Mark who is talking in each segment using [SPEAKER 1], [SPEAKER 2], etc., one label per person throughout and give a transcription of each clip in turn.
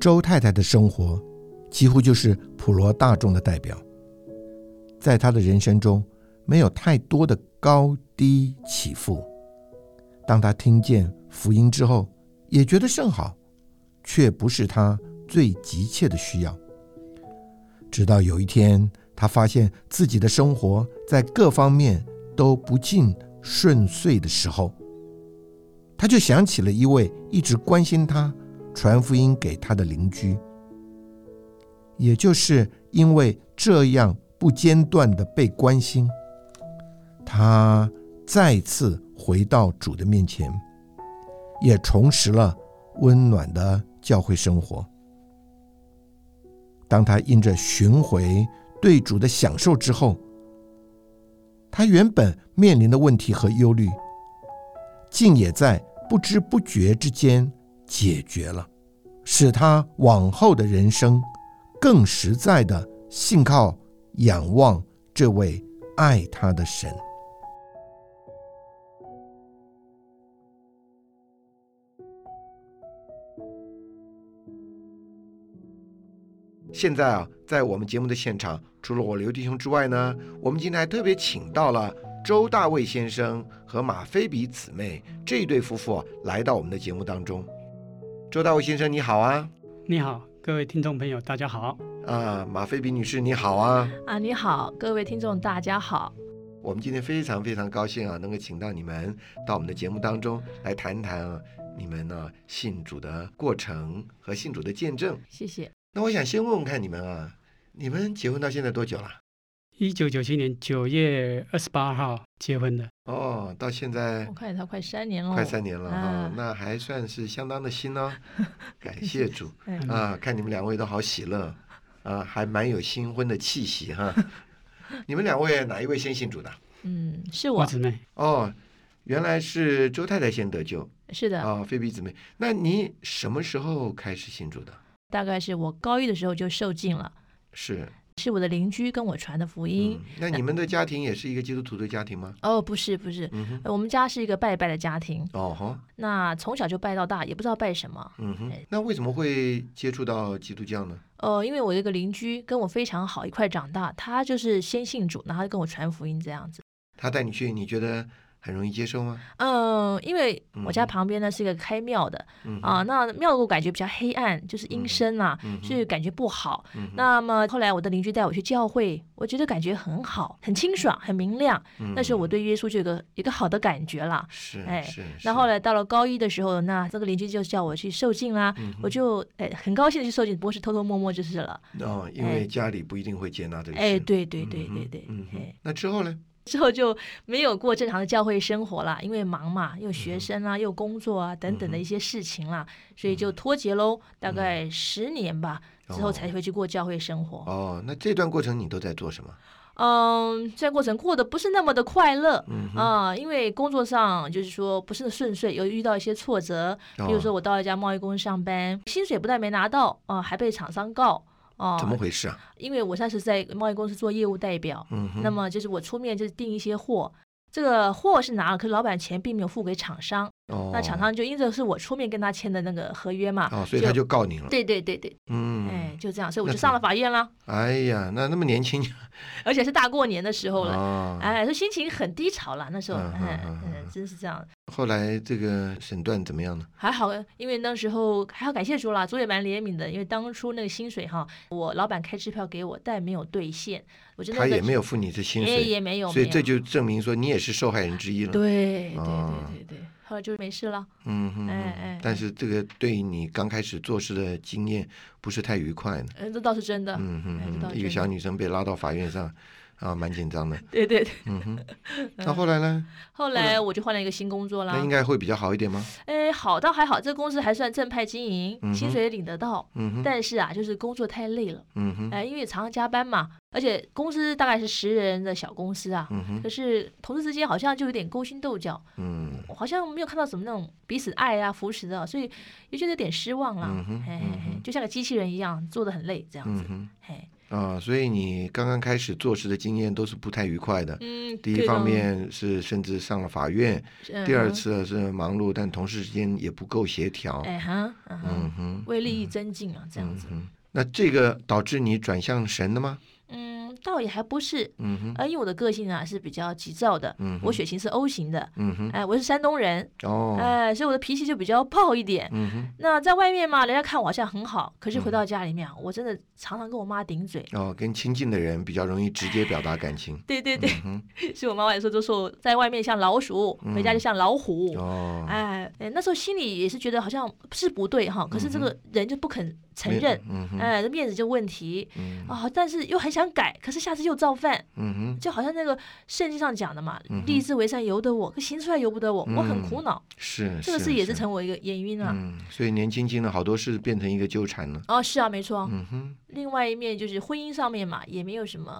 [SPEAKER 1] 周太太的生活几乎就是普罗大众的代表，在她的人生中没有太多的高低起伏。当她听见福音之后，也觉得甚好，却不是她最急切的需要。直到有一天，她发现自己的生活在各方面都不尽顺遂的时候，她就想起了一位一直关心她。传福音给他的邻居，也就是因为这样不间断的被关心，他再次回到主的面前，也重拾了温暖的教会生活。当他因着寻回对主的享受之后，他原本面临的问题和忧虑，竟也在不知不觉之间。解决了，使他往后的人生更实在的信靠、仰望这位爱他的神。现在啊，在我们节目的现场，除了我刘弟兄之外呢，我们今天还特别请到了。周大卫先生和马菲比姊妹这一对夫妇啊，来到我们的节目当中。周大卫先生，你好啊！
[SPEAKER 2] 你好，各位听众朋友，大家好。
[SPEAKER 1] 啊，马菲比女士，你好啊！
[SPEAKER 3] 啊，你好，各位听众，大家好。
[SPEAKER 1] 我们今天非常非常高兴啊，能够请到你们到我们的节目当中来谈谈啊，你们呢、啊、信主的过程和信主的见证。
[SPEAKER 3] 谢谢。
[SPEAKER 1] 那我想先问问看你们啊，你们结婚到现在多久了？
[SPEAKER 2] 一九九七年九月二十八号结婚的
[SPEAKER 1] 哦，到现在
[SPEAKER 3] 我看他快三年了，
[SPEAKER 1] 快三年了哈、
[SPEAKER 3] 啊
[SPEAKER 1] 哦，那还算是相当的新 哦，感谢主啊！看你们两位都好喜乐啊，还蛮有新婚的气息 哈。你们两位哪一位先信主的？
[SPEAKER 3] 嗯，是我
[SPEAKER 2] 姊妹
[SPEAKER 1] 哦，原来是周太太先得救，
[SPEAKER 3] 是的
[SPEAKER 1] 啊，菲比姊妹，那你什么时候开始信主的？
[SPEAKER 3] 大概是我高一的时候就受浸了，
[SPEAKER 1] 是。
[SPEAKER 3] 是我的邻居跟我传的福音、
[SPEAKER 1] 嗯。那你们的家庭也是一个基督徒的家庭吗？
[SPEAKER 3] 哦，不是，不是，呃
[SPEAKER 1] 嗯、
[SPEAKER 3] 我们家是一个拜拜的家庭。
[SPEAKER 1] 哦吼。
[SPEAKER 3] 那从小就拜到大，也不知道拜什么。
[SPEAKER 1] 嗯哼。那为什么会接触到基督教呢？
[SPEAKER 3] 哦、呃，因为我有一个邻居跟我非常好，一块长大，他就是先信主，然后跟我传福音这样子。
[SPEAKER 1] 他带你去，你觉得？很容易接受吗？
[SPEAKER 3] 嗯，因为我家旁边呢是一个开庙的、嗯、啊，那庙我感觉比较黑暗，就是阴森啊，嗯、所以感觉不好。嗯、那么后来我的邻居带我去教会，我觉得感觉很好，很清爽，很明亮。那时候我对耶稣就有个一个好的感觉啦。
[SPEAKER 1] 嗯是，
[SPEAKER 3] 哎，
[SPEAKER 1] 是。
[SPEAKER 3] 那后来到了高一的时候，那这个邻居就叫我去受浸啦、啊，
[SPEAKER 1] 嗯
[SPEAKER 3] 我就哎很高兴的去受浸，不过是偷偷摸摸就是了。
[SPEAKER 1] 哦，因为家里不一定会接纳这个。嗯
[SPEAKER 3] 哎，对对对对对。
[SPEAKER 1] 哎，那之后呢？
[SPEAKER 3] 之后就没有过正常的教会生活啦，因为忙嘛，又学生啊，又工作啊等
[SPEAKER 1] 嗯
[SPEAKER 3] 等的一些事情啦，所以就脱节喽。大概十年吧，之后才会去过教会生活。
[SPEAKER 1] 哦，那这段过程你都在做什么？
[SPEAKER 3] 嗯，这段过程过得不是那么的快乐
[SPEAKER 1] 嗯
[SPEAKER 3] 啊，因为工作上就是说不是顺遂，有遇到一些挫折，比
[SPEAKER 1] 哦
[SPEAKER 3] 如说我到一家贸易公司上班，薪水不但没拿到啊，还被厂商告。哦，
[SPEAKER 1] 怎么回事啊？
[SPEAKER 3] 因为我当时在贸易公司做业务代表，
[SPEAKER 1] 嗯，
[SPEAKER 3] 那么就是我出面就是订一些货，这个货是拿了，可是老板钱并没有付给厂商，
[SPEAKER 1] 哦，
[SPEAKER 3] 那厂商就因着是我出面跟他签的那个合约嘛，
[SPEAKER 1] 哦，所以他就告你了，
[SPEAKER 3] 对对对对，
[SPEAKER 1] 嗯，
[SPEAKER 3] 哎，就这样，所以我就上了法院了。
[SPEAKER 1] 哎呀，那那么年轻，
[SPEAKER 3] 而且是大过年的时候了，
[SPEAKER 1] 哦、
[SPEAKER 3] 哎，这心情很低潮了，那时候，
[SPEAKER 1] 嗯
[SPEAKER 3] 嗯、嗯嗯、真是这样。
[SPEAKER 1] 后来这个审断怎么样呢？
[SPEAKER 3] 还好，因为那时候还要感谢主啦，主也蛮怜悯的，因为当初那个薪水哈，我老板开支票给我，但没有兑现，我真的
[SPEAKER 1] 他也没有付你的薪水，
[SPEAKER 3] 也没有，哎
[SPEAKER 1] 所以这就证明说你也是受害人之一了。
[SPEAKER 3] 对对对对对，后来就没事了。
[SPEAKER 1] 嗯哼，
[SPEAKER 3] 哎哎，
[SPEAKER 1] 但是这个对你刚开始做事的经验不是太愉快呢。
[SPEAKER 3] 嗯，这哎倒是真的。
[SPEAKER 1] 嗯哼，
[SPEAKER 3] 一
[SPEAKER 1] 个小女生被拉到法院上。啊， 蛮紧张的。
[SPEAKER 3] 对对对，
[SPEAKER 1] 嗯 哼。那后来呢？
[SPEAKER 3] 后来我就换了一个新工作啦。
[SPEAKER 1] 那应该会比较好一点吗？
[SPEAKER 3] 哎，好倒还好，这个公司还算正派经营，薪水也领得到。
[SPEAKER 1] 嗯哼。
[SPEAKER 3] 但是啊，就是工作太累了。
[SPEAKER 1] 嗯哼。
[SPEAKER 3] 哎，因为常常加班嘛，而且公司大概是十人的小公司啊。
[SPEAKER 1] 嗯哼。
[SPEAKER 3] 可是同事之间好像就有点勾心斗角。
[SPEAKER 1] 嗯。
[SPEAKER 3] 好像没有看到什么那种彼此爱啊、扶持的，所以就觉得有点失望啦。
[SPEAKER 1] 嗯哼。
[SPEAKER 3] 哎，就像个机器人一样，做的很累这样子。哎。
[SPEAKER 1] 啊、所以你刚刚开始做事的经验都是不太愉快的。
[SPEAKER 3] 嗯，
[SPEAKER 1] 第一
[SPEAKER 3] 对的
[SPEAKER 1] 方，面是甚至上了法院，
[SPEAKER 3] 嗯
[SPEAKER 1] 第二，次是忙碌，但同事之间也不够协调。
[SPEAKER 3] 哎哈，嗯
[SPEAKER 1] 嗯
[SPEAKER 3] 哼，
[SPEAKER 1] 哼，
[SPEAKER 3] 为利益增进啊，这样子，
[SPEAKER 1] 嗯哼，那这个导致你转向神了吗？
[SPEAKER 3] 嗯，倒也还不是，
[SPEAKER 1] 嗯哼，
[SPEAKER 3] 呃，因为我的个性啊是比较急躁的，
[SPEAKER 1] 嗯哼
[SPEAKER 3] 我血型是 O 型的，
[SPEAKER 1] 嗯哼，
[SPEAKER 3] 哎，我是山东人，
[SPEAKER 1] 哦，
[SPEAKER 3] 哎，所以我的脾气就比较暴一点。
[SPEAKER 1] 嗯哼，
[SPEAKER 3] 那在外面嘛，人家看我好像很好，可是回
[SPEAKER 1] 嗯
[SPEAKER 3] 到家里面啊，我真的常常跟我妈顶嘴。
[SPEAKER 1] 哦，跟亲近的人比较容易直接表达感情。
[SPEAKER 3] 对 对对，
[SPEAKER 1] 嗯哼，
[SPEAKER 3] 所以我妈妈有时候都说我在外面像老鼠，
[SPEAKER 1] 嗯
[SPEAKER 3] 回家就像老虎。
[SPEAKER 1] 哦，
[SPEAKER 3] 哎哎，那时候心里也是觉得好像是不对
[SPEAKER 1] 嗯
[SPEAKER 3] 哈，可是这个人就不肯承
[SPEAKER 1] 没
[SPEAKER 3] 认，，
[SPEAKER 1] 嗯哼，
[SPEAKER 3] 哎，这面子就问题
[SPEAKER 1] 嗯
[SPEAKER 3] 啊、但是又很想改，可是下次又造反，
[SPEAKER 1] 嗯哼，
[SPEAKER 3] 就好像那个圣经上讲的嘛
[SPEAKER 1] 嗯哼，嗯
[SPEAKER 3] 立志为善由得我，可行出来由不得我，我很苦恼。
[SPEAKER 1] 是，
[SPEAKER 3] 这个事也是成为一个原因啊。
[SPEAKER 1] 嗯，所以年轻轻的好多事变成一个纠缠了。
[SPEAKER 3] 哦，是啊，没错。
[SPEAKER 1] 嗯哼，
[SPEAKER 3] 另外一面就是婚姻上面嘛，也没有什么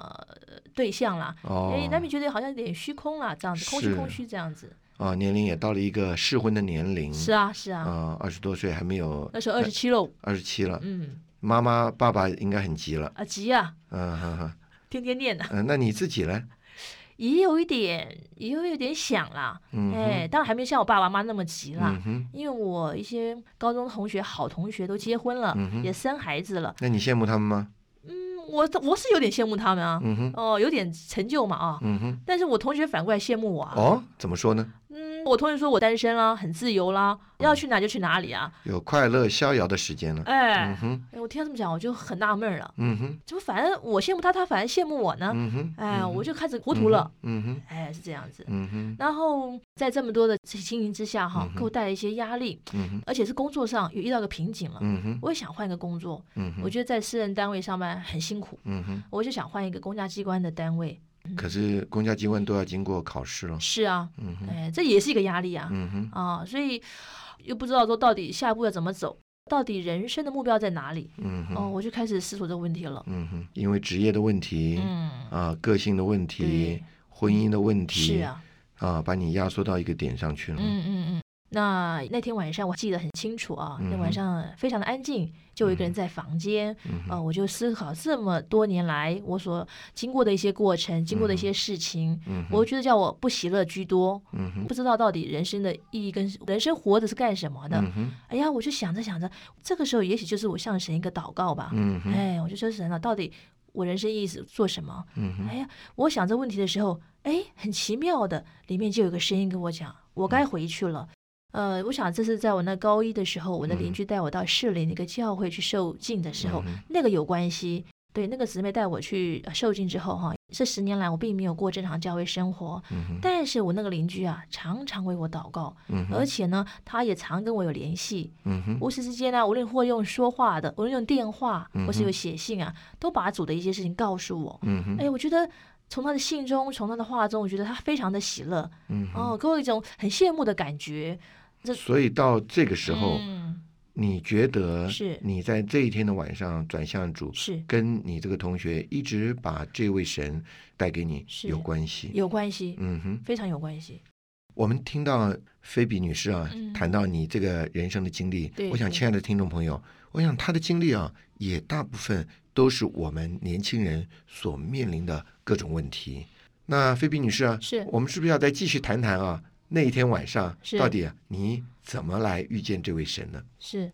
[SPEAKER 3] 呃对象啦，
[SPEAKER 1] 哦
[SPEAKER 3] 哎、，难免觉得好像有点虚空啦，这样子，空虚
[SPEAKER 1] 是
[SPEAKER 3] 空虚这样子。
[SPEAKER 1] 哦，年龄也到了一个适婚的年龄，
[SPEAKER 3] 是啊，是啊，
[SPEAKER 1] 啊，二十多岁还没有
[SPEAKER 3] 那时候二十七喽，
[SPEAKER 1] 二十七了，
[SPEAKER 3] 嗯，
[SPEAKER 1] 妈妈爸爸应该很急了，
[SPEAKER 3] 啊急啊，
[SPEAKER 1] 嗯哼哼，
[SPEAKER 3] 天天念啊，
[SPEAKER 1] 嗯、那你自己呢？
[SPEAKER 3] 也有一点，也有一点想啦，
[SPEAKER 1] 嗯哼
[SPEAKER 3] 哎、当然还没像我爸爸妈妈那么急啦。
[SPEAKER 1] 嗯哼，
[SPEAKER 3] 因为我一些高中同学、好同学都结婚了，
[SPEAKER 1] 嗯哼
[SPEAKER 3] 呃也生孩子了，
[SPEAKER 1] 那你羡慕他们吗？
[SPEAKER 3] 嗯，我我是有点羡慕他们啊，
[SPEAKER 1] 嗯哼，
[SPEAKER 3] 哦，有点成就嘛啊，
[SPEAKER 1] 嗯哼，
[SPEAKER 3] 但是我同学反过来羡慕我啊，
[SPEAKER 1] 哦，怎么说呢？
[SPEAKER 3] 嗯，我同学说我单身啊啦，很自由啦，要去哪就去哪里啊，
[SPEAKER 1] 有快乐逍遥的时间了。嗯
[SPEAKER 3] 哎，
[SPEAKER 1] 哼，
[SPEAKER 3] 哎我听他这么讲，我就很纳闷了，
[SPEAKER 1] 嗯哼，
[SPEAKER 3] 怎么反正我羡慕他，他反而羡慕我呢？
[SPEAKER 1] 嗯哼，
[SPEAKER 3] 哎，
[SPEAKER 1] 嗯哼
[SPEAKER 3] 我就开始糊涂了，。
[SPEAKER 1] 嗯哼，
[SPEAKER 3] 哎，是这样子。
[SPEAKER 1] 嗯哼，
[SPEAKER 3] 然后在这么多的经营之下哈
[SPEAKER 1] 嗯，哼
[SPEAKER 3] 给我带来一些压力，
[SPEAKER 1] 嗯哼，
[SPEAKER 3] 而且是工作上也遇到个瓶颈了。
[SPEAKER 1] 嗯哼，
[SPEAKER 3] 我也想换个工作，
[SPEAKER 1] 嗯
[SPEAKER 3] 我
[SPEAKER 1] 哼，
[SPEAKER 3] 觉得在私人单位上班很辛苦，
[SPEAKER 1] 嗯哼。
[SPEAKER 3] 我就想换一个公家机关的单位。
[SPEAKER 1] 可是公家机关都要经过考试了。
[SPEAKER 3] 是啊，
[SPEAKER 1] 嗯哼，
[SPEAKER 3] 哎，这也是一个压力啊
[SPEAKER 1] 嗯哼，
[SPEAKER 3] 啊，所以又不知道说到底下一步要怎么走，到底人生的目标在哪里？
[SPEAKER 1] 嗯
[SPEAKER 3] 哦，
[SPEAKER 1] 哼，
[SPEAKER 3] 我就开始思索这个问题了。
[SPEAKER 1] 嗯哼，因为职业的问题，
[SPEAKER 3] 嗯，
[SPEAKER 1] 啊，个性的问题
[SPEAKER 3] 对，
[SPEAKER 1] 婚姻的问题，
[SPEAKER 3] 是啊，
[SPEAKER 1] 啊，把你压缩到一个点上去了。
[SPEAKER 3] 嗯嗯嗯。那那天晚上我记得很清楚啊，那
[SPEAKER 1] 嗯哼
[SPEAKER 3] 晚上非常的安静，就我一个人在房间，
[SPEAKER 1] 嗯哼
[SPEAKER 3] 呃，我就思考这么多年来我所经过的一些过程，经过的一些事情，
[SPEAKER 1] 嗯哼
[SPEAKER 3] 我觉得叫我不喜乐居多，
[SPEAKER 1] 嗯哼，
[SPEAKER 3] 不知道到底人生的意义跟人生活着是干什么的。
[SPEAKER 1] 嗯哼，
[SPEAKER 3] 哎呀，我就想着想着，这个时候也许就是我向神一个祷告吧。
[SPEAKER 1] 嗯哼，
[SPEAKER 3] 哎，我就说神啊，到底我人生意义是做什么？
[SPEAKER 1] 嗯哼，
[SPEAKER 3] 哎呀，我想这问题的时候，哎，很奇妙的，里面就有个声音跟我讲，我
[SPEAKER 1] 嗯
[SPEAKER 3] 该回去了。呃，我想这是在我那高一的时候，我的邻居带我到市里那个教会去受浸的时候，
[SPEAKER 1] 嗯哼
[SPEAKER 3] 那个有关系。对，那个姊妹带我去呃受浸之后，哈，这十年来我并没有过正常教会生活，
[SPEAKER 1] 嗯哼，
[SPEAKER 3] 但是我那个邻居啊，常常为我祷告，
[SPEAKER 1] 嗯哼，
[SPEAKER 3] 而且呢，他也常跟我有联系，
[SPEAKER 1] 嗯哼，
[SPEAKER 3] 无时之间啊呢，无论或用说话的，无论用电话
[SPEAKER 1] 嗯哼
[SPEAKER 3] 或是有写信啊，都把主的一些事情告诉我。
[SPEAKER 1] 嗯哼，
[SPEAKER 3] 哎，我觉得从他的信中，从他的话中，我觉得他非常的喜乐，
[SPEAKER 1] 嗯哼。
[SPEAKER 3] 哦，给我一种很羡慕的感觉。
[SPEAKER 1] 所以到这个时候，
[SPEAKER 3] 嗯，
[SPEAKER 1] 你觉得
[SPEAKER 3] 是
[SPEAKER 1] 你在这一天的晚上转向主，
[SPEAKER 3] 是
[SPEAKER 1] 跟你这个同学一直把这位神带给你
[SPEAKER 3] 是
[SPEAKER 1] 有关系。
[SPEAKER 3] 有关系，
[SPEAKER 1] 嗯哼，
[SPEAKER 3] 非常有关系。
[SPEAKER 1] 我们听到菲比女士啊、
[SPEAKER 3] 嗯
[SPEAKER 1] 谈到你这个人生的经历，
[SPEAKER 3] 对
[SPEAKER 1] 我想
[SPEAKER 3] 对
[SPEAKER 1] 亲爱的听众朋友，我想她的经历啊，也大部分都是我们年轻人所面临的各种问题。那菲比女士啊，
[SPEAKER 3] 是
[SPEAKER 1] 我们是不是要再继续谈谈啊？那一天晚上
[SPEAKER 3] 是
[SPEAKER 1] 到底啊你怎么来遇见这位神呢？
[SPEAKER 3] 是，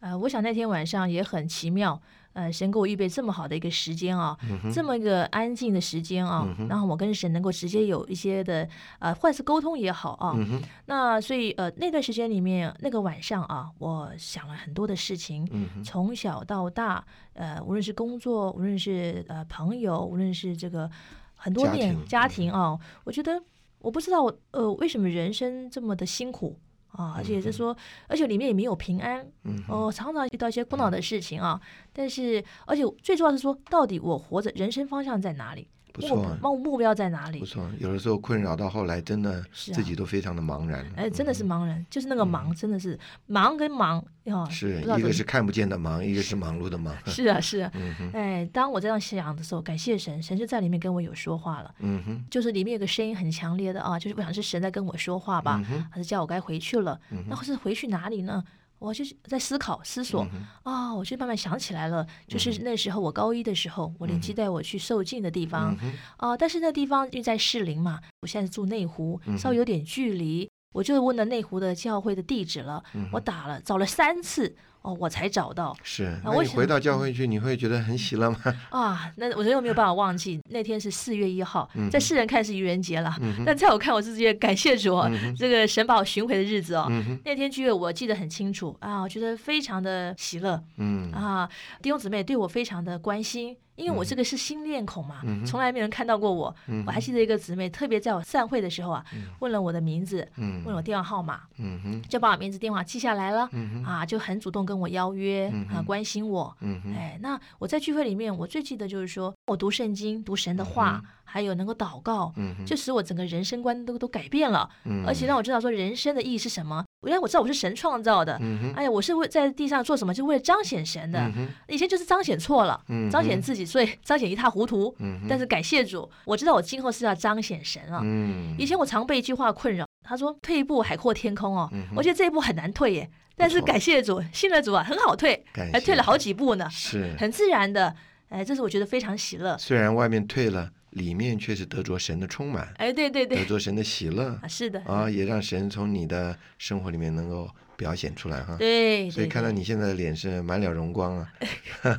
[SPEAKER 3] 呃，我想那天晚上也很奇妙，呃，神给我预备这么好的一个时间啊，
[SPEAKER 1] 嗯
[SPEAKER 3] 这么一个安静的时间啊，然后我跟神能够直接有一些的呃，或者是沟通也好啊，
[SPEAKER 1] 嗯哼，
[SPEAKER 3] 那所以呃那段时间里面，那个晚上啊，我想了很多的事情，
[SPEAKER 1] 嗯哼，
[SPEAKER 3] 从小到大，呃，无论是工作，无论是呃朋友，无论是这个很多
[SPEAKER 1] 家
[SPEAKER 3] 面
[SPEAKER 1] 庭嗯
[SPEAKER 3] 家庭啊、我觉得我不知道我呃为什么人生这么的辛苦啊，而且是说，而且里面也没有平安
[SPEAKER 1] 嗯
[SPEAKER 3] 哦、常常遇到一些苦恼的事情啊。但是，而且最重要的是说，到底我活着人生方向在哪里？
[SPEAKER 1] 不错啊
[SPEAKER 3] 目目标在哪里
[SPEAKER 1] 不？错，啊有的时候困扰到后来，真的
[SPEAKER 3] 是啊
[SPEAKER 1] 自己都非常的茫然了。
[SPEAKER 3] 哎，真的
[SPEAKER 1] 嗯
[SPEAKER 3] 是茫然，就是那个忙，真的是忙跟忙啊，
[SPEAKER 1] 是
[SPEAKER 3] 不知道
[SPEAKER 1] 一
[SPEAKER 3] 怎
[SPEAKER 1] 个
[SPEAKER 3] 么
[SPEAKER 1] 是看不见的忙，一个是忙碌的忙。
[SPEAKER 3] 是啊是啊，
[SPEAKER 1] 嗯哼，
[SPEAKER 3] 哎，当我这样想的时候，感谢神，神就在里面跟我有说话了，
[SPEAKER 1] 嗯哼，
[SPEAKER 3] 就是里面有个声音很强烈的啊，就是我想是神在跟我说话吧，
[SPEAKER 1] 嗯哼，
[SPEAKER 3] 还是叫我该回去了？
[SPEAKER 1] 嗯
[SPEAKER 3] 那是回去哪里呢？我就是在思考思索
[SPEAKER 1] 嗯哼
[SPEAKER 3] 啊、我就慢慢想起来了，就
[SPEAKER 1] 嗯
[SPEAKER 3] 是那时候我高一的时候，我邻居带我去受浸的地方
[SPEAKER 1] 嗯哼
[SPEAKER 3] 啊、但是那地方因为在士林嘛，我现在住内湖
[SPEAKER 1] 嗯哼，
[SPEAKER 3] 稍微有点距离，我就问了内湖的教会的地址了，
[SPEAKER 1] 嗯
[SPEAKER 3] 我
[SPEAKER 1] 哼
[SPEAKER 3] 打了找了三次哦，我才找到
[SPEAKER 1] 是，那
[SPEAKER 3] 我
[SPEAKER 1] 你
[SPEAKER 3] 想
[SPEAKER 1] 回到教会去，你会觉得很喜 乐吗？
[SPEAKER 3] 啊，那我真的没有办法忘记，那天是四月一号
[SPEAKER 1] 嗯哼，
[SPEAKER 3] 在世人看是愚人节了，
[SPEAKER 1] 嗯哼
[SPEAKER 3] 但在我看我是觉得感谢主哦，
[SPEAKER 1] 嗯哼
[SPEAKER 3] 这个神保巡回的日子哦。
[SPEAKER 1] 嗯哼
[SPEAKER 3] 那天聚会我记得很清楚啊，我觉得非常的喜乐
[SPEAKER 1] 嗯嗯
[SPEAKER 3] 啊，弟兄姊妹对我非常的关心，因为我这个是新面孔嘛，
[SPEAKER 1] 嗯哼
[SPEAKER 3] 从来没有人看到过我。
[SPEAKER 1] 嗯
[SPEAKER 3] 我还记得一个姊妹特别在我散会的时候啊，问了我的名字，
[SPEAKER 1] 嗯
[SPEAKER 3] 问我电话号码，
[SPEAKER 1] 嗯哼
[SPEAKER 3] 就把我名字电话记下来了、
[SPEAKER 1] 嗯哼
[SPEAKER 3] 啊，就很主动跟我邀约、
[SPEAKER 1] 嗯
[SPEAKER 3] 啊，
[SPEAKER 1] 哼
[SPEAKER 3] 关心我。
[SPEAKER 1] 嗯哼
[SPEAKER 3] 哎，那我在聚会里面，我最记得就是说我读圣经、读神的话，还有能够祷告，
[SPEAKER 1] 嗯哼，
[SPEAKER 3] 就使我整个人生观都都改变了，
[SPEAKER 1] 嗯
[SPEAKER 3] 而且让我知道说人生的意义是什么。原来我知道我是神创造的，
[SPEAKER 1] 嗯哼
[SPEAKER 3] 哎呀，我是为在地上做什么，就为了彰显神的。
[SPEAKER 1] 嗯哼
[SPEAKER 3] 以前就是彰显错了，
[SPEAKER 1] 嗯
[SPEAKER 3] 彰显
[SPEAKER 1] 哼
[SPEAKER 3] 自己，所以 彰显一塌糊涂。
[SPEAKER 1] 嗯哼
[SPEAKER 3] 但是感谢主，我知道我今后是要彰显神了。
[SPEAKER 1] 嗯
[SPEAKER 3] 以前我常被一句话困扰，他说退一步海阔天空哦，
[SPEAKER 1] 嗯哼
[SPEAKER 3] 我觉得这一步很难退耶。但是
[SPEAKER 1] 错
[SPEAKER 3] 感谢主，信了主啊，很好退，
[SPEAKER 1] 感
[SPEAKER 3] 还退了
[SPEAKER 1] 谢
[SPEAKER 3] 好几步呢。
[SPEAKER 1] 是
[SPEAKER 3] 很自然的，哎，这是我觉得非常喜乐。
[SPEAKER 1] 虽然外面退了，里面却是得着神的充满，
[SPEAKER 3] 哎，对对
[SPEAKER 1] 得
[SPEAKER 3] 对，
[SPEAKER 1] 着神的喜乐
[SPEAKER 3] 啊，是的，
[SPEAKER 1] 啊，也让神从你的生活里面能够表显出来哈。
[SPEAKER 3] 对，
[SPEAKER 1] 所以
[SPEAKER 3] 对
[SPEAKER 1] 看到
[SPEAKER 3] 对
[SPEAKER 1] 你现在的脸是满脸荣光啊。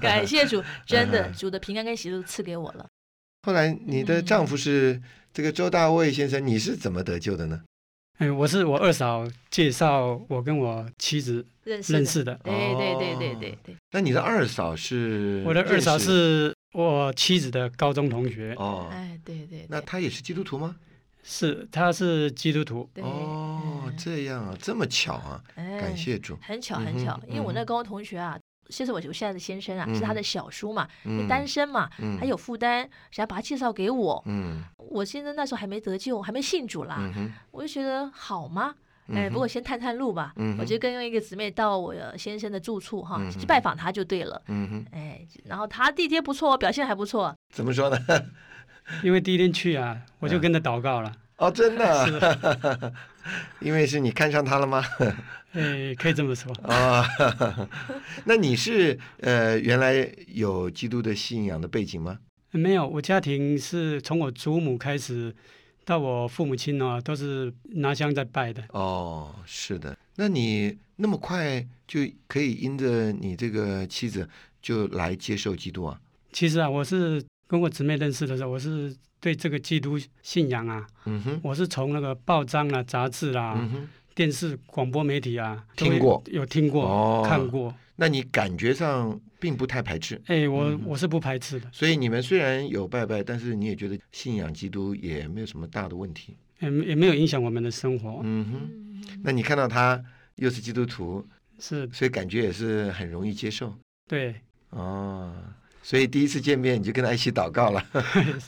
[SPEAKER 3] 感 谢主，真
[SPEAKER 1] 嗯
[SPEAKER 3] 的，主的平安跟喜乐都赐给我了。
[SPEAKER 1] 后来你
[SPEAKER 3] 嗯
[SPEAKER 1] 的丈夫是这个周大卫先生，你是怎么得救的呢？
[SPEAKER 2] 嗯，我是我二嫂介绍我跟我妻子
[SPEAKER 3] 认识的
[SPEAKER 2] 认，识的。
[SPEAKER 3] 对对对对
[SPEAKER 1] 哦
[SPEAKER 3] 对对，
[SPEAKER 1] 那你的二嫂是
[SPEAKER 2] 我的二
[SPEAKER 1] 嗯
[SPEAKER 2] 嫂
[SPEAKER 1] 认识
[SPEAKER 2] 是我妻子的高中同学，
[SPEAKER 1] 哦，
[SPEAKER 3] 哎，对对
[SPEAKER 1] 那
[SPEAKER 3] 对
[SPEAKER 1] 她也是基督徒吗？
[SPEAKER 2] 是她是基督徒，
[SPEAKER 3] 对，
[SPEAKER 1] 哦
[SPEAKER 3] 嗯，
[SPEAKER 1] 这样啊，这么巧啊，感，
[SPEAKER 3] 哎
[SPEAKER 1] 谢主。
[SPEAKER 3] 很巧
[SPEAKER 1] 嗯
[SPEAKER 3] 很
[SPEAKER 1] 哼
[SPEAKER 3] 巧，因为我
[SPEAKER 1] 嗯
[SPEAKER 3] 那
[SPEAKER 1] 哼
[SPEAKER 3] 高中同学啊。就是我我现在的先生啊，是他的小叔嘛，
[SPEAKER 1] 嗯，
[SPEAKER 3] 单身嘛，
[SPEAKER 1] 嗯
[SPEAKER 3] 还有负担，想要把他介绍给我。
[SPEAKER 1] 嗯
[SPEAKER 3] 我先生那时候还没得救，还没信主啦，
[SPEAKER 1] 嗯哼
[SPEAKER 3] 我就觉得好吗？啊哎、
[SPEAKER 1] 嗯哼
[SPEAKER 3] 不过先探探路吧。
[SPEAKER 1] 嗯哼
[SPEAKER 3] 我就跟一个姊妹到我先生的住处哈，
[SPEAKER 1] 嗯哼
[SPEAKER 3] 去拜访他就对了。
[SPEAKER 1] 嗯哼，
[SPEAKER 3] 哎，然后他地铁不错，表现还不错。
[SPEAKER 1] 怎么说呢？
[SPEAKER 2] 因为第一天去啊，
[SPEAKER 1] 嗯
[SPEAKER 2] 我就跟着祷告了，
[SPEAKER 1] 哦，真的 啊，因为是你看上他了吗？ 嗯
[SPEAKER 2] 哎，可以这么说，
[SPEAKER 1] 啊、那你是呃原来有基督的信仰的背景吗？
[SPEAKER 2] 没有，我家庭是从我祖母开始到我父母亲呢、都是拿香在拜的。
[SPEAKER 1] 哦，是的。那你那么快就可以因着你这个妻子就来接受基督啊？
[SPEAKER 2] 其实啊，我是跟我姊妹认识的时候，我是对这个基督信仰啊，
[SPEAKER 1] 嗯哼，
[SPEAKER 2] 我是从那个报章啊、杂志啦、
[SPEAKER 1] 嗯哼。
[SPEAKER 2] 电视、广播媒体啊，都
[SPEAKER 1] 听过
[SPEAKER 2] 有听过、
[SPEAKER 1] 哦
[SPEAKER 2] 看过。
[SPEAKER 1] 那你感觉上并不太排斥，
[SPEAKER 2] 哎，我、
[SPEAKER 1] 嗯
[SPEAKER 2] 我是不排斥的，
[SPEAKER 1] 所以你们虽然有拜拜，但是你也觉得信仰基督也没有什么大的问题。
[SPEAKER 2] 也也没有影响我们的生活。
[SPEAKER 1] 嗯哼，那你看到他又是基督徒，
[SPEAKER 2] 是
[SPEAKER 1] 所以感觉也是很容易接受
[SPEAKER 2] 对，
[SPEAKER 1] 哦。所以第一次见面你就跟他一起祷告了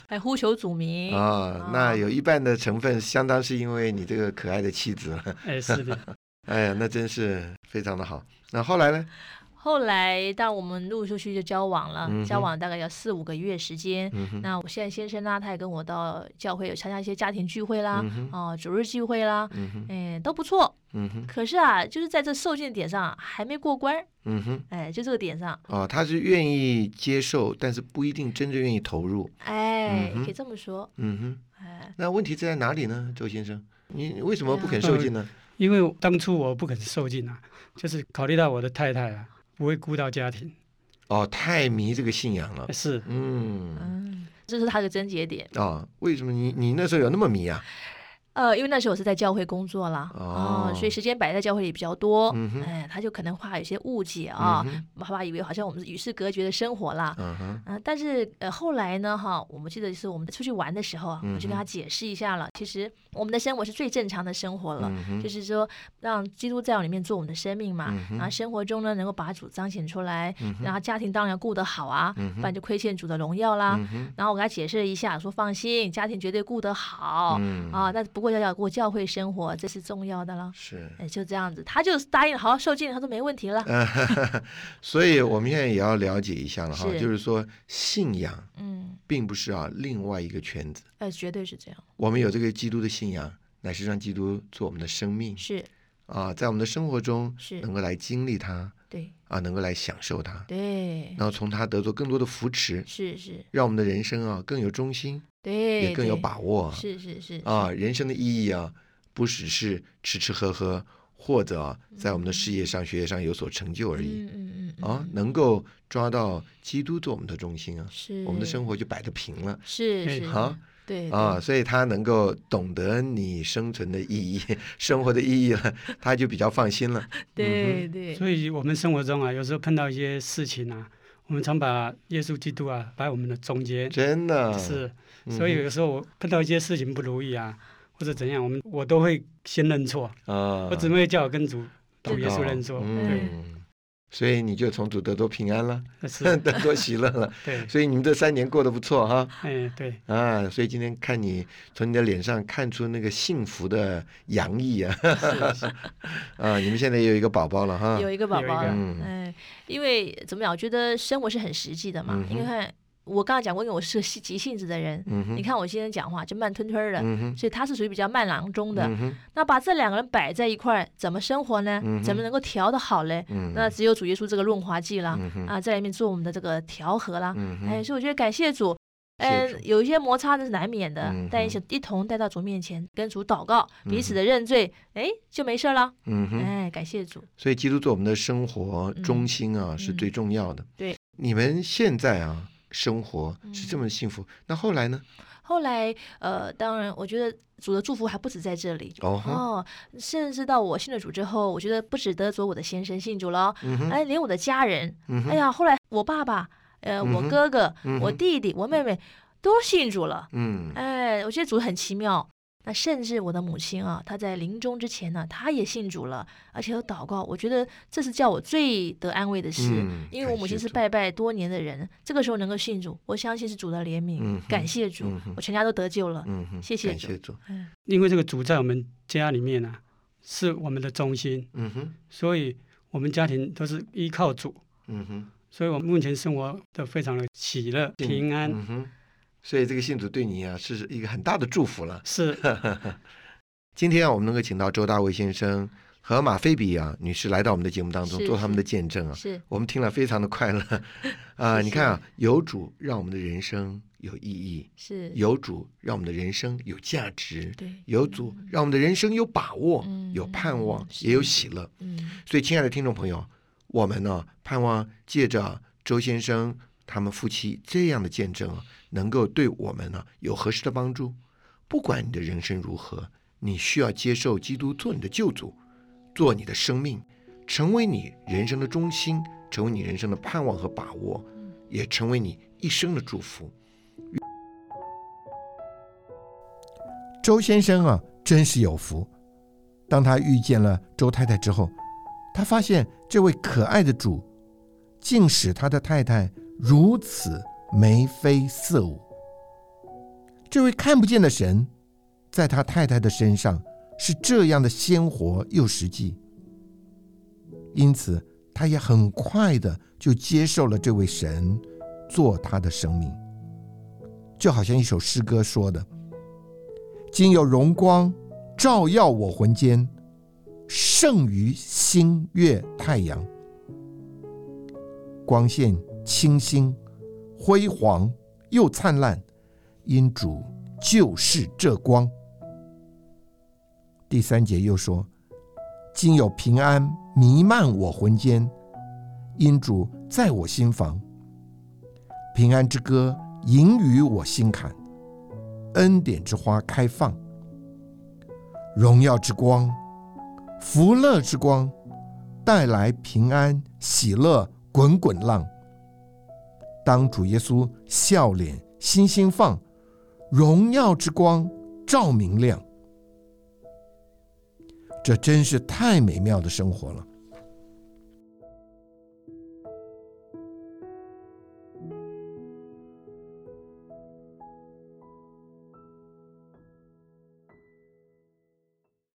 [SPEAKER 3] 还呼求主名。
[SPEAKER 1] 哦，那有一半的成分相当是因为你这个可爱的妻子了。
[SPEAKER 2] 哎，是的，
[SPEAKER 1] 哎呀，那真是非常的好。那后来呢？
[SPEAKER 3] 后来，当我们陆陆续续就交往了，
[SPEAKER 1] 嗯哼
[SPEAKER 3] 交往大概要四五个月时间。
[SPEAKER 1] 嗯哼，
[SPEAKER 3] 那我现在先生呢，他也跟我到教会有参加一些家庭聚会啦，
[SPEAKER 1] 嗯哼
[SPEAKER 3] 哦、主日聚会啦，
[SPEAKER 1] 嗯哼，
[SPEAKER 3] 哎，都不错。
[SPEAKER 1] 嗯哼，
[SPEAKER 3] 可是啊，就是在这受训点上啊还没过关，
[SPEAKER 1] 嗯哼。
[SPEAKER 3] 哎，就这个点上，
[SPEAKER 1] 哦，他是愿意接受，但是不一定真正愿意投入。
[SPEAKER 3] 哎
[SPEAKER 1] 嗯，哼
[SPEAKER 3] 可以这么说，
[SPEAKER 1] 嗯哼，
[SPEAKER 3] 哎，
[SPEAKER 1] 那问题在哪里呢，周先生？你为什么不肯受尽呢？
[SPEAKER 2] 因为当初我不肯受尽啊，就是考虑到我的太太啊，不会顾到家庭。
[SPEAKER 1] 哦，太迷这个信仰了
[SPEAKER 2] 哎。是，
[SPEAKER 1] 嗯，
[SPEAKER 3] 嗯，这是他的症结点。
[SPEAKER 1] 哦，为什么你你那时候有那么迷啊？
[SPEAKER 3] 呃，因为那时候我是在教会工作啦，啊
[SPEAKER 1] 哦
[SPEAKER 3] 所以时间摆在教会里比较多，
[SPEAKER 1] 嗯哼
[SPEAKER 3] 哎，他就可能怕有些误解啊，
[SPEAKER 1] 嗯
[SPEAKER 3] 爸爸以为好像我们是与世隔绝的生活啦。
[SPEAKER 1] 嗯哼，
[SPEAKER 3] 啊、但是呃，后来呢，哈，我们记得是我们出去玩的时候啊，我就
[SPEAKER 1] 嗯
[SPEAKER 3] 跟
[SPEAKER 1] 哼
[SPEAKER 3] 他解释一下了，其实我们的生活是最正常的生活了，
[SPEAKER 1] 嗯哼
[SPEAKER 3] 哦就是说让基督在我里面做我们的生命嘛，
[SPEAKER 1] 嗯哼
[SPEAKER 3] 然后生活中呢能够把主彰显出来，
[SPEAKER 1] 嗯哼
[SPEAKER 3] 然后家庭当然要顾得好啊，
[SPEAKER 1] 嗯
[SPEAKER 3] 不然就亏欠主的荣耀啦。
[SPEAKER 1] 嗯哼，
[SPEAKER 3] 然后我给他解释了一下，说放心，家庭绝对顾得好、
[SPEAKER 1] 嗯
[SPEAKER 3] 啊，那不过要要过教会生活，这是重要的啦。
[SPEAKER 1] 是。
[SPEAKER 3] 哎，就这样子，他就答应了，好受尽，他说没问题了。
[SPEAKER 1] 嗯所以我们现在也要了解一下了哈，
[SPEAKER 3] 是
[SPEAKER 1] 就是说信仰
[SPEAKER 3] 嗯，
[SPEAKER 1] 并不是啊另外一个圈子，
[SPEAKER 3] 哎，绝对是这样，
[SPEAKER 1] 我们有这个基督的信仰，乃是让基督做我们的生命。
[SPEAKER 3] 是
[SPEAKER 1] 啊，在我们的生活中
[SPEAKER 3] 是
[SPEAKER 1] 能够来经历它
[SPEAKER 3] 对
[SPEAKER 1] 啊，能够来享受它，
[SPEAKER 3] 对
[SPEAKER 1] 然，后从它得到更多的扶持，
[SPEAKER 3] 是是，
[SPEAKER 1] 让我们的人生啊更有中心，
[SPEAKER 3] 对，
[SPEAKER 1] 也更有
[SPEAKER 3] 对
[SPEAKER 1] 把握啊
[SPEAKER 3] 是是是
[SPEAKER 1] 啊。人生的意义啊，不只是吃吃喝喝，或者啊在我们的事业上、学业上有所成就而已
[SPEAKER 3] 嗯嗯嗯嗯
[SPEAKER 1] 啊，能够抓到基督做我们的中心啊，
[SPEAKER 3] 是
[SPEAKER 1] 我们的生
[SPEAKER 3] 活
[SPEAKER 1] 活就摆得平了
[SPEAKER 3] 是
[SPEAKER 2] 哎
[SPEAKER 3] 是
[SPEAKER 1] 啊。
[SPEAKER 3] 对
[SPEAKER 1] 啊，，所以他能够懂得你生存的意义、 生活的意义 了，他就比较放心了。
[SPEAKER 3] 对对对
[SPEAKER 2] 所以我们生活中啊，有时候碰到一些事情啊，我们常把耶稣基督啊摆我们的中间，
[SPEAKER 1] 真的，
[SPEAKER 2] 是，
[SPEAKER 1] 嗯哼
[SPEAKER 2] 所以有时候我碰到一些事情不如意啊，或者怎样，我们我都会先认错，
[SPEAKER 1] 啊，
[SPEAKER 2] 我姊妹叫我跟主
[SPEAKER 1] 祷
[SPEAKER 2] 主耶稣
[SPEAKER 1] 告
[SPEAKER 2] 认错，
[SPEAKER 1] 嗯，所以你就从主得多平安了，
[SPEAKER 2] 是
[SPEAKER 1] 得多喜乐了。
[SPEAKER 2] 对，
[SPEAKER 1] 所以你们这三年过得不错哈
[SPEAKER 2] 哎对，
[SPEAKER 1] 啊！所以今天看你从你的脸上看出那个幸福的洋溢啊
[SPEAKER 2] 是是
[SPEAKER 1] 啊！你们现在也有一个宝宝了哈，
[SPEAKER 3] 有一个宝
[SPEAKER 2] 有一
[SPEAKER 3] 宝
[SPEAKER 2] 个
[SPEAKER 3] 了，
[SPEAKER 1] 啊嗯
[SPEAKER 3] 哎，因为怎么讲，我觉得生活是很实际的嘛
[SPEAKER 1] 嗯，哼
[SPEAKER 3] 因为看我刚刚讲过，因为我是个急急性子的人，
[SPEAKER 1] 嗯哼
[SPEAKER 3] 你看我先生讲话就慢吞吞的。
[SPEAKER 1] 嗯哼
[SPEAKER 3] 所以他是属于比较慢郎中的，
[SPEAKER 1] 嗯哼
[SPEAKER 3] 那把这两个人摆在一块儿，怎么生活呢？
[SPEAKER 1] 嗯哼
[SPEAKER 3] 怎么能够调得好嘞？
[SPEAKER 1] 嗯
[SPEAKER 3] 那只有主耶稣这个润滑剂啦，
[SPEAKER 1] 嗯哼
[SPEAKER 3] 啊，在里面做我们的这个调和啦。
[SPEAKER 1] 嗯哼
[SPEAKER 3] 哎，所以我觉得感谢主，
[SPEAKER 1] 谢
[SPEAKER 3] 嗯
[SPEAKER 1] 主，
[SPEAKER 3] 有一些摩擦那是难免的，
[SPEAKER 1] 嗯
[SPEAKER 3] 但一
[SPEAKER 1] 哼
[SPEAKER 3] 起一同带到主面前，跟主祷告，彼
[SPEAKER 1] 嗯
[SPEAKER 3] 此
[SPEAKER 1] 哼
[SPEAKER 3] 的认罪，哎，就没事儿了。
[SPEAKER 1] 嗯哼。
[SPEAKER 3] 哎，感谢主，
[SPEAKER 1] 所以基督做我们的生活中心啊，
[SPEAKER 3] 嗯
[SPEAKER 1] 是最重要的。
[SPEAKER 3] 对，
[SPEAKER 1] 你们现在啊，生活是
[SPEAKER 3] 嗯
[SPEAKER 1] 这么幸福，那后来呢？
[SPEAKER 3] 后来，呃，当然，我觉得主的祝福还不止在这里。
[SPEAKER 1] 哦哈，
[SPEAKER 3] 哦，甚至到我信了主之后，我觉得不只得着我的先生信主了，
[SPEAKER 1] 嗯哼，
[SPEAKER 3] 哎，连我的家人，
[SPEAKER 1] 嗯
[SPEAKER 3] 哎
[SPEAKER 1] 哼，
[SPEAKER 3] 呀，后来我爸爸，呃，
[SPEAKER 1] 嗯
[SPEAKER 3] 我
[SPEAKER 1] 哼
[SPEAKER 3] 哥哥，
[SPEAKER 1] 嗯
[SPEAKER 3] 我
[SPEAKER 1] 哼
[SPEAKER 3] 弟弟，我妹妹都信主了。
[SPEAKER 1] 嗯，
[SPEAKER 3] 哎，我觉得主很奇妙。那甚至我的母亲啊，她在临终之前呢，她也信主了，而且有祷告。我觉得这是叫我最得安慰的事，
[SPEAKER 1] 嗯
[SPEAKER 3] 因为我母
[SPEAKER 1] 感
[SPEAKER 3] 亲
[SPEAKER 1] 谢
[SPEAKER 3] 是
[SPEAKER 1] 主
[SPEAKER 3] 拜拜多年的人，这个时候能够信主，我相信是主的怜悯，
[SPEAKER 1] 嗯哼
[SPEAKER 3] 感谢主，
[SPEAKER 1] 嗯哼
[SPEAKER 3] 我全家都得救了。
[SPEAKER 1] 嗯哼，
[SPEAKER 3] 谢谢
[SPEAKER 1] 感
[SPEAKER 3] 主
[SPEAKER 1] 谢主，
[SPEAKER 3] 嗯，
[SPEAKER 2] 因为这个主在我们家里面啊，是我们的中心，
[SPEAKER 1] 嗯哼，
[SPEAKER 2] 所以我们家庭都是依靠主，
[SPEAKER 1] 嗯哼，
[SPEAKER 2] 所以我目前生活的非常的喜乐
[SPEAKER 1] 信
[SPEAKER 2] 平安，
[SPEAKER 1] 嗯哼，所以这个信主对你啊，是一个很大的祝福了。
[SPEAKER 2] 是
[SPEAKER 1] 今天啊，我们能够请到周大卫先生和马菲比啊女士来到我们的节目当中，
[SPEAKER 3] 是
[SPEAKER 1] 做他们
[SPEAKER 3] 是
[SPEAKER 1] 的见证啊，
[SPEAKER 3] 是
[SPEAKER 1] 我们听了非常的快乐 啊！
[SPEAKER 3] 是
[SPEAKER 1] 你
[SPEAKER 3] 是
[SPEAKER 1] 看啊，有主让我们的人生有意义，
[SPEAKER 3] 是，
[SPEAKER 1] 有主让我们的人生有价值，
[SPEAKER 3] 对，
[SPEAKER 1] 有主让我们的人生有把握，
[SPEAKER 3] 嗯
[SPEAKER 1] 有盼望，
[SPEAKER 3] 是
[SPEAKER 1] 也有喜乐。
[SPEAKER 3] 嗯，
[SPEAKER 1] 所以，亲爱的听众朋友，我们呢、盼望借着周先生他们夫妻这样的见证啊，能够对我们呢、有合适的帮助。不管你的人生如何，你需要接受基督做你的救主，做你的生命，成为你人生的中心，成为你人生的盼望和把握，也成为你一生的祝福。周先生啊，真是有福。当他遇见了周太太之后，他发现这位可爱的主，竟使他的太太如此眉飞色舞。这位看不见的神，在他太太的身上是这样的鲜活又实际，因此他也很快的就接受了这位神做他的生命，就好像一首诗歌说的：“今有荣光照耀我魂间。”胜于星月太阳，光线清新、辉煌又灿烂，因主就是这光。第三节又说：“今有平安弥漫我魂间，因主在我心房。平安之歌盈于我心坎，恩典之花开放，荣耀之光。”福乐之光，带来平安、喜乐、滚滚浪。当主耶稣笑脸心心放，荣耀之光照明亮。这真是太美妙的生活了。